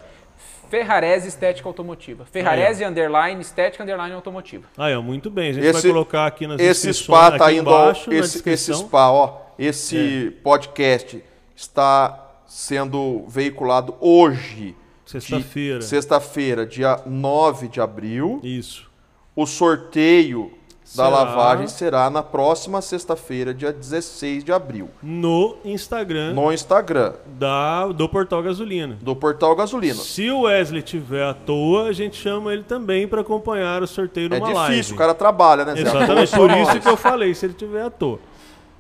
Ferrarese Estética Automotiva. Ferrarese Underline Estética Underline Automotiva. Aí, ó, muito bem. A gente Esse- vai colocar aqui nas Esse inscrições, spa tá aqui indo ao, embaixo, na esse, esse descrição. É. spa, ó, esse podcast está sendo veiculado hoje. Sexta-feira. de- Sexta-feira, dia 9 de abril. Isso. O sorteio da Será? lavagem será na próxima sexta-feira, dia 16 de abril, No Instagram no Instagram da, do Portal Gasolina. do Portal Gasolina. Se o Wesley tiver à toa, a gente chama ele também para acompanhar o sorteio É numa difícil, live. o cara trabalha, né, Zé? Exatamente, por isso que eu falei, se ele tiver à toa.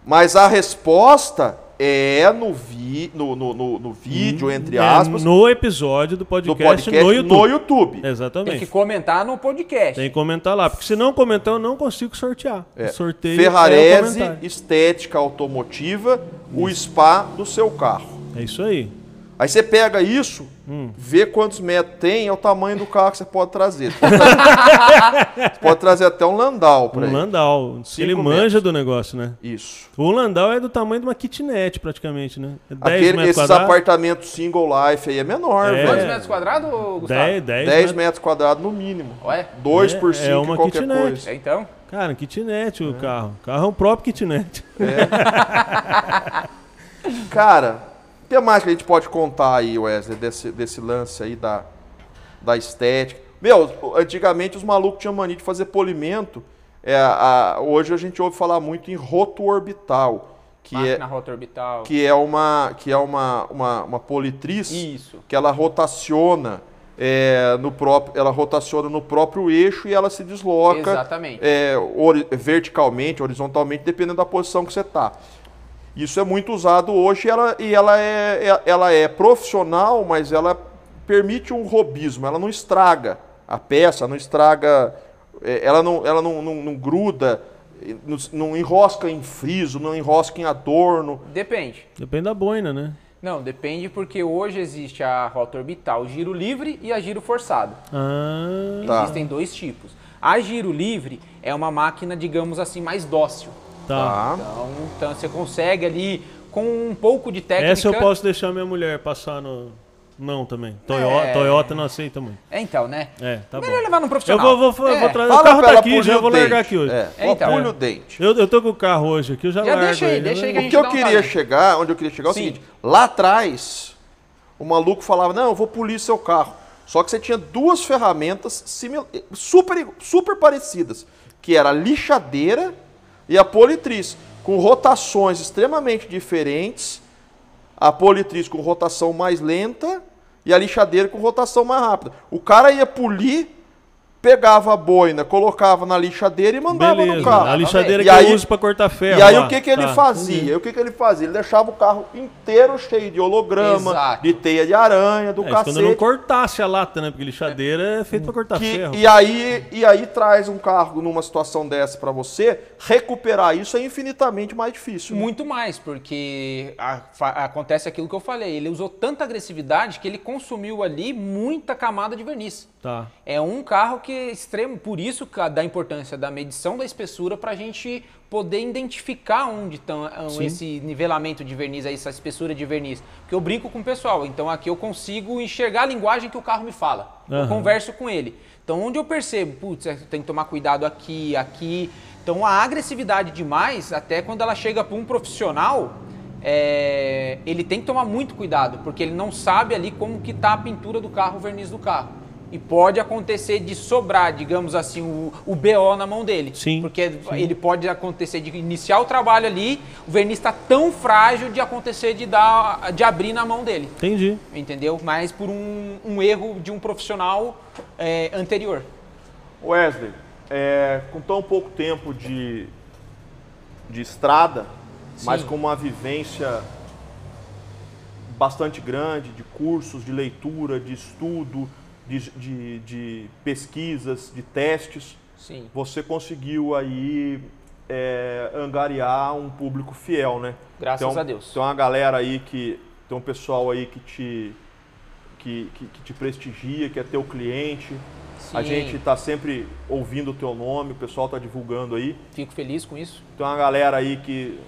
Mas a resposta é no, vi, no, no, no, no vídeo, entre É, aspas, no episódio do do podcast, podcast no YouTube. É, No YouTube. Tem que Exatamente. comentar no podcast. Tem que comentar lá, porque se não comentar, eu não consigo sortear. É. O sorteio é o Ferrarese, comentário. estética automotiva, o spa do seu carro. É isso aí. Aí você pega isso, Hum. vê quantos metros tem, é o tamanho do carro que você pode (laughs) trazer. Você pode trazer, você pode trazer até um Landau O para ele. Landau, Cinco ele manja do negócio, né? Isso. O Landau é do tamanho de uma kitnet, praticamente, né? É 10 Aquele, metros esses quadrados. apartamentos single life aí é menor, É. Quantos velho. metros quadrados, ô, Gustavo? 10, 10, 10 metros. metros quadrados no mínimo. Ué? 2 É- por é 5 uma qualquer kitnet. coisa. É, então? Cara, kitnet o carro. O carro é um próprio kitnet. (laughs) Cara, o que mais que a gente pode contar aí, Wesley, desse, desse lance aí da, da estética? Meu, antigamente os malucos tinham mania de fazer polimento. É, a- hoje a gente ouve falar muito em roto orbital, que Máquina é, rota orbital. que é, uma, que é uma, uma, uma politriz Isso. que ela rotaciona. é, no próprio, ela rotaciona no próprio eixo e ela se desloca Exatamente. é, ori- verticalmente, horizontalmente, dependendo da posição que você está. Isso é muito usado hoje e ela, e ela é, é- ela é profissional, mas ela permite um robismo, ela não estraga a peça, não estraga, é, ela não, ela não, não, não gruda, não, não enrosca em friso, não enrosca em adorno. Depende. Depende da boina, né? Não, depende porque hoje existe a rota orbital giro livre e a giro forçado. Ah, Tá. Existem dois tipos. A giro livre é uma máquina, digamos assim, mais dócil. tá. Ah, Então, então você consegue ali, com um pouco de é técnica... Essa eu posso deixar minha mulher passar no. Não também. Toyo- É. Toyota não aceita muito. É então, né? É, tá bom. Melhor levar no Eu profissional. vou, vou, vou, É. vou trazer. Fala o carro pra tá ela aqui, polir já o vou largar dente. aqui hoje. É, É, então. pulha o dente. Eu, eu tô com o carro hoje aqui, eu já, Já largo. deixa aí, ele, deixa aí né? O que eu queria chegar, onde eu queria chegar é o Sim. seguinte: lá atrás, o maluco falava, não, eu vou polir seu carro. Só que você tinha duas ferramentas simil- super, igu- super parecidas, que era a lixadeira e a politriz, com rotações extremamente diferentes, a politriz com rotação mais lenta e a lixadeira com rotação mais rápida. O cara ia polir, pegava a boina, colocava na lixadeira e mandava um no Beleza, carro. a lixadeira E que aí- eu uso pra cortar ferro. E aí lá. o que, que ele Tá. fazia? O que, que ele fazia? Ele deixava o carro inteiro cheio de holograma, Exato. de teia de aranha, do É, isso quando eu não cacete. cortasse a lata, né? Porque lixadeira é feito pra cortar que- ferro. e, aí, e aí traz um carro numa situação dessa pra você, recuperar isso é infinitamente mais difícil. né? Muito mais, porque a- fa- acontece aquilo que eu falei. Ele usou tanta agressividade que ele consumiu ali muita camada de verniz. Tá. É um carro que é extremo, por isso ca- da importância da medição da espessura para a gente poder identificar onde estão esse nivelamento de verniz, aí, essa espessura de verniz. Porque eu brinco com o pessoal, então aqui eu consigo enxergar a linguagem que o carro me fala. Eu Aham. converso com ele. Então onde eu percebo, putz, eu tenho que tomar cuidado aqui, aqui. Então a agressividade demais, até quando ela chega para um profissional, é, ele tem que tomar muito cuidado, porque ele não sabe ali como que tá a pintura do carro, o verniz do carro. E pode acontecer de sobrar, digamos assim, o, o BO na mão dele. Sim, Porque ele pode acontecer de iniciar o trabalho ali, o verniz está tão frágil de acontecer de dar, de abrir na mão dele, Entendi. entendeu? Mas por um, um erro de um profissional é, anterior. Wesley, é, com tão pouco tempo de, de estrada, mas com uma vivência bastante grande de cursos, de leitura, de estudo, de, de- de pesquisas, de testes, Sim. você conseguiu aí é, angariar um público fiel, né? Graças Tem um- a Deus. Tem uma galera aí que. Tem um pessoal aí que te. Que, que, que te prestigia, que é teu cliente. A Sim. gente tá sempre ouvindo o teu nome, o pessoal tá divulgando aí. Fico feliz com isso. Tem uma galera aí que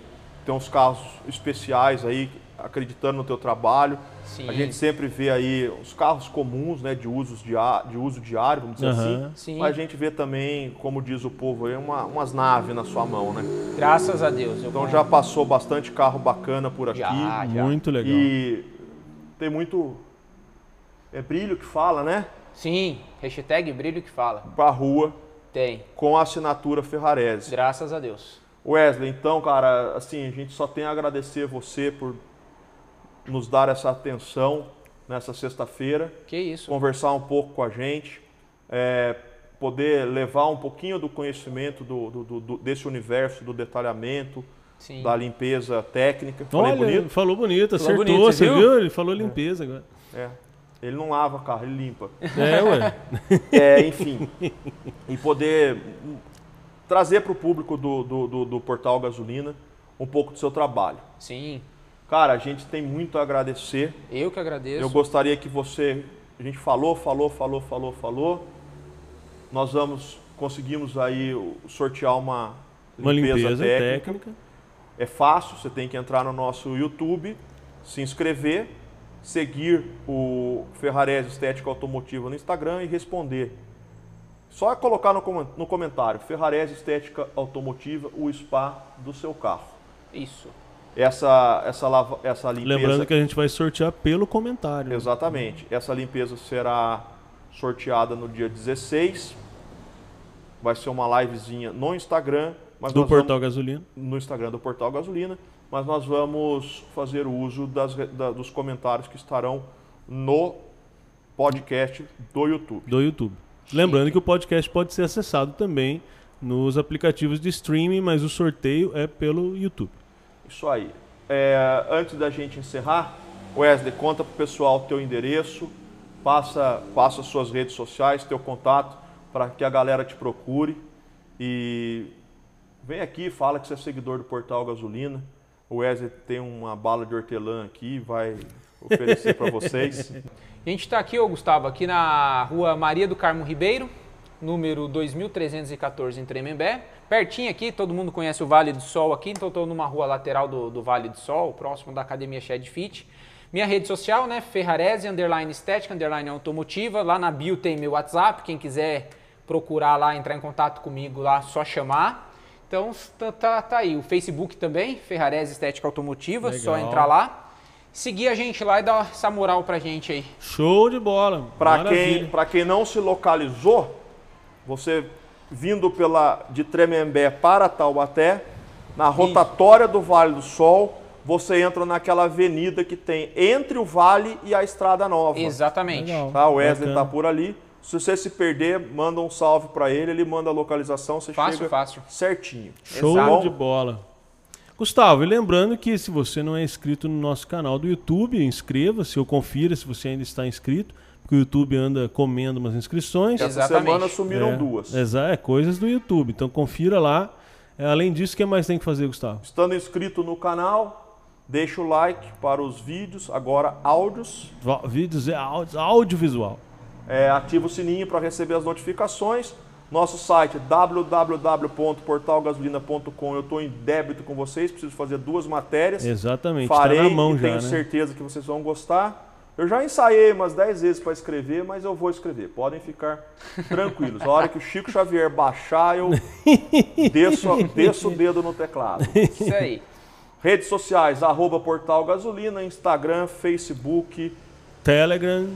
tem uns casos especiais aí, acreditando no teu trabalho. Sim. A gente sempre vê aí os carros comuns, né, de, usos dia de uso diário, vamos dizer Aham. assim. Sim. Mas a gente vê também, como diz o povo aí, uma- umas naves na sua mão, né? Graças a Deus. Eu Então já passou bastante carro bacana por aqui. Já, já. Muito legal. E tem muito. É brilho que fala, né? Sim, hashtag brilho que fala. Pra rua Tem, com a assinatura Ferrarese. graças a Deus. Wesley, então, cara, assim, a gente só tem a agradecer você por nos dar essa atenção nessa sexta-feira, Que isso. conversar um pouco com a gente, é, poder levar um pouquinho do conhecimento do, do- do- do- desse universo do detalhamento, Sim. da limpeza técnica. Falei Olha, bonito? falou bonito, Falou acertou, bonito, você você viu? viu? Ele falou limpeza agora. É. Ele não lava carro, ele limpa. É, ué. É, enfim. e poder hum, trazer para o público do, do- do- do portal Gasolina um pouco do seu trabalho. Sim, Cara, a gente tem muito a agradecer. eu que agradeço. Eu gostaria que você. A gente falou, falou, falou, falou, falou. Nós vamos. Conseguimos aí o- sortear uma (laughs) limpeza, Uma limpeza técnica. técnica. É fácil, você tem que entrar no nosso YouTube, se inscrever, seguir o Ferrarese Estética Automotiva no Instagram e responder. Só colocar no comen- no comentário, Ferrarese Estética Automotiva, o spa do seu carro. Isso. Essa, essa, lava- essa limpeza... Lembrando que a gente vai sortear pelo comentário. Exatamente. Essa limpeza será sorteada no dia 16. Vai ser uma livezinha no Instagram. Mas Do nós vamos- Portal Gasolina. no Instagram do Portal Gasolina, mas nós vamos fazer o uso das re- da- dos comentários que estarão no podcast do YouTube. do YouTube. Lembrando que o podcast pode ser acessado também nos aplicativos de streaming, mas o sorteio é pelo YouTube. Isso aí. É, antes da gente encerrar, Wesley, conta pro pessoal teu endereço, passa, passa suas redes sociais, teu contato, para que a galera te procure. E vem aqui, fala que você é seguidor do Portal Gasolina. O Wesley tem uma bala de hortelã aqui, vai oferecer para vocês. A gente está aqui, ô Gustavo, aqui na rua Maria do Carmo Ribeiro, número 2314 em Tremembé. Pertinho aqui, todo mundo conhece o Vale do Sol aqui, então estou numa rua lateral do, do Vale do Sol, próximo da Academia Shed Fit. Minha rede social, né, Ferrarese, underline estética, underline automotiva. Lá na bio tem meu WhatsApp, quem quiser procurar lá, entrar em contato comigo lá, só chamar. Então tá, tá- tá aí, o Facebook também, Ferrarese Estética Automotiva, só Legal. entrar lá. Seguir a gente lá e dar essa moral pra gente aí. Show de bola! Para Maravilha. quem, pra quem não se localizou, você vindo pela de Tremembé para Taubaté, na rotatória do Vale do Sol, você entra naquela avenida que tem entre o vale e a Estrada Nova. Exatamente. Legal. Tá, o Wesley Bacana. tá por ali. Se você se perder, manda um salve para ele, ele manda a localização, você Fácil, chega fácil. certinho. Show Tá bom? de bola. Gustavo, e lembrando que se você não é inscrito no nosso canal do YouTube, inscreva-se ou confira se você ainda está inscrito, porque o YouTube anda comendo umas inscrições. Essa Exatamente. semana sumiram É, duas. exa- é, coisas do YouTube. Então confira lá. É, Além disso, o que mais tem que fazer, Gustavo? Estando inscrito no canal, deixa o like para os vídeos, agora áudios. Vo- Vídeos é áudio, audiovisual. É, ativa o sininho para receber as notificações. Nosso site www.portalgasolina.com. Eu estou em débito com vocês, preciso fazer duas matérias. Exatamente, Farei, tá na mão e já, tenho né? certeza que vocês vão gostar. Eu já ensaiei umas 10 vezes para escrever, mas eu vou escrever. (laughs) Podem ficar tranquilos. A hora que o Chico Xavier baixar, eu desço, desço o dedo no teclado. Isso aí. Redes sociais, arroba Portal Gasolina, Instagram, Facebook, Telegram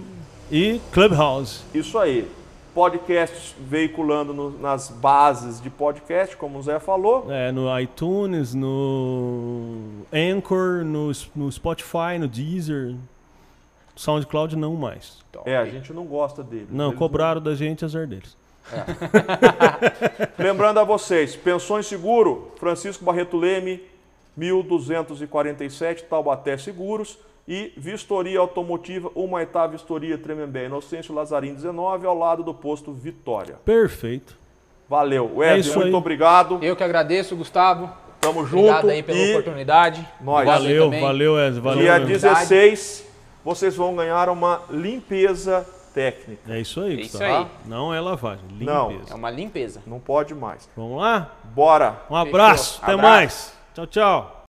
e Clubhouse. Isso aí. Podcasts veiculando no- nas bases de podcast, como o Zé falou. É, no iTunes, no Anchor, no, S- no Spotify, no Deezer. SoundCloud não mais. É, a gente não gosta dele. Não, Eles cobraram da gente azar deles. (laughs) Lembrando a vocês, Pensões Seguro, Francisco Barreto Leme, 1247, Taubaté Seguros. E Vistoria Automotiva, Humaitá Vistoria Tremembé Inocêncio Lazarim 19, ao lado do posto Vitória. Perfeito. Valeu. Wesley, É isso muito aí. obrigado. Eu que agradeço, Gustavo. Tamo junto. Obrigado aí pela e oportunidade. nós. Obrigado aí Valeu, também. valeu, Wesley. Valeu. dia mesmo. 16, vocês vão ganhar uma limpeza técnica. É isso aí, isso Gustavo. aí. Não é lavagem, Não. limpeza. É uma limpeza. Não pode mais. Vamos lá? Bora! Um abraço, até Abraço. mais. Tchau, tchau.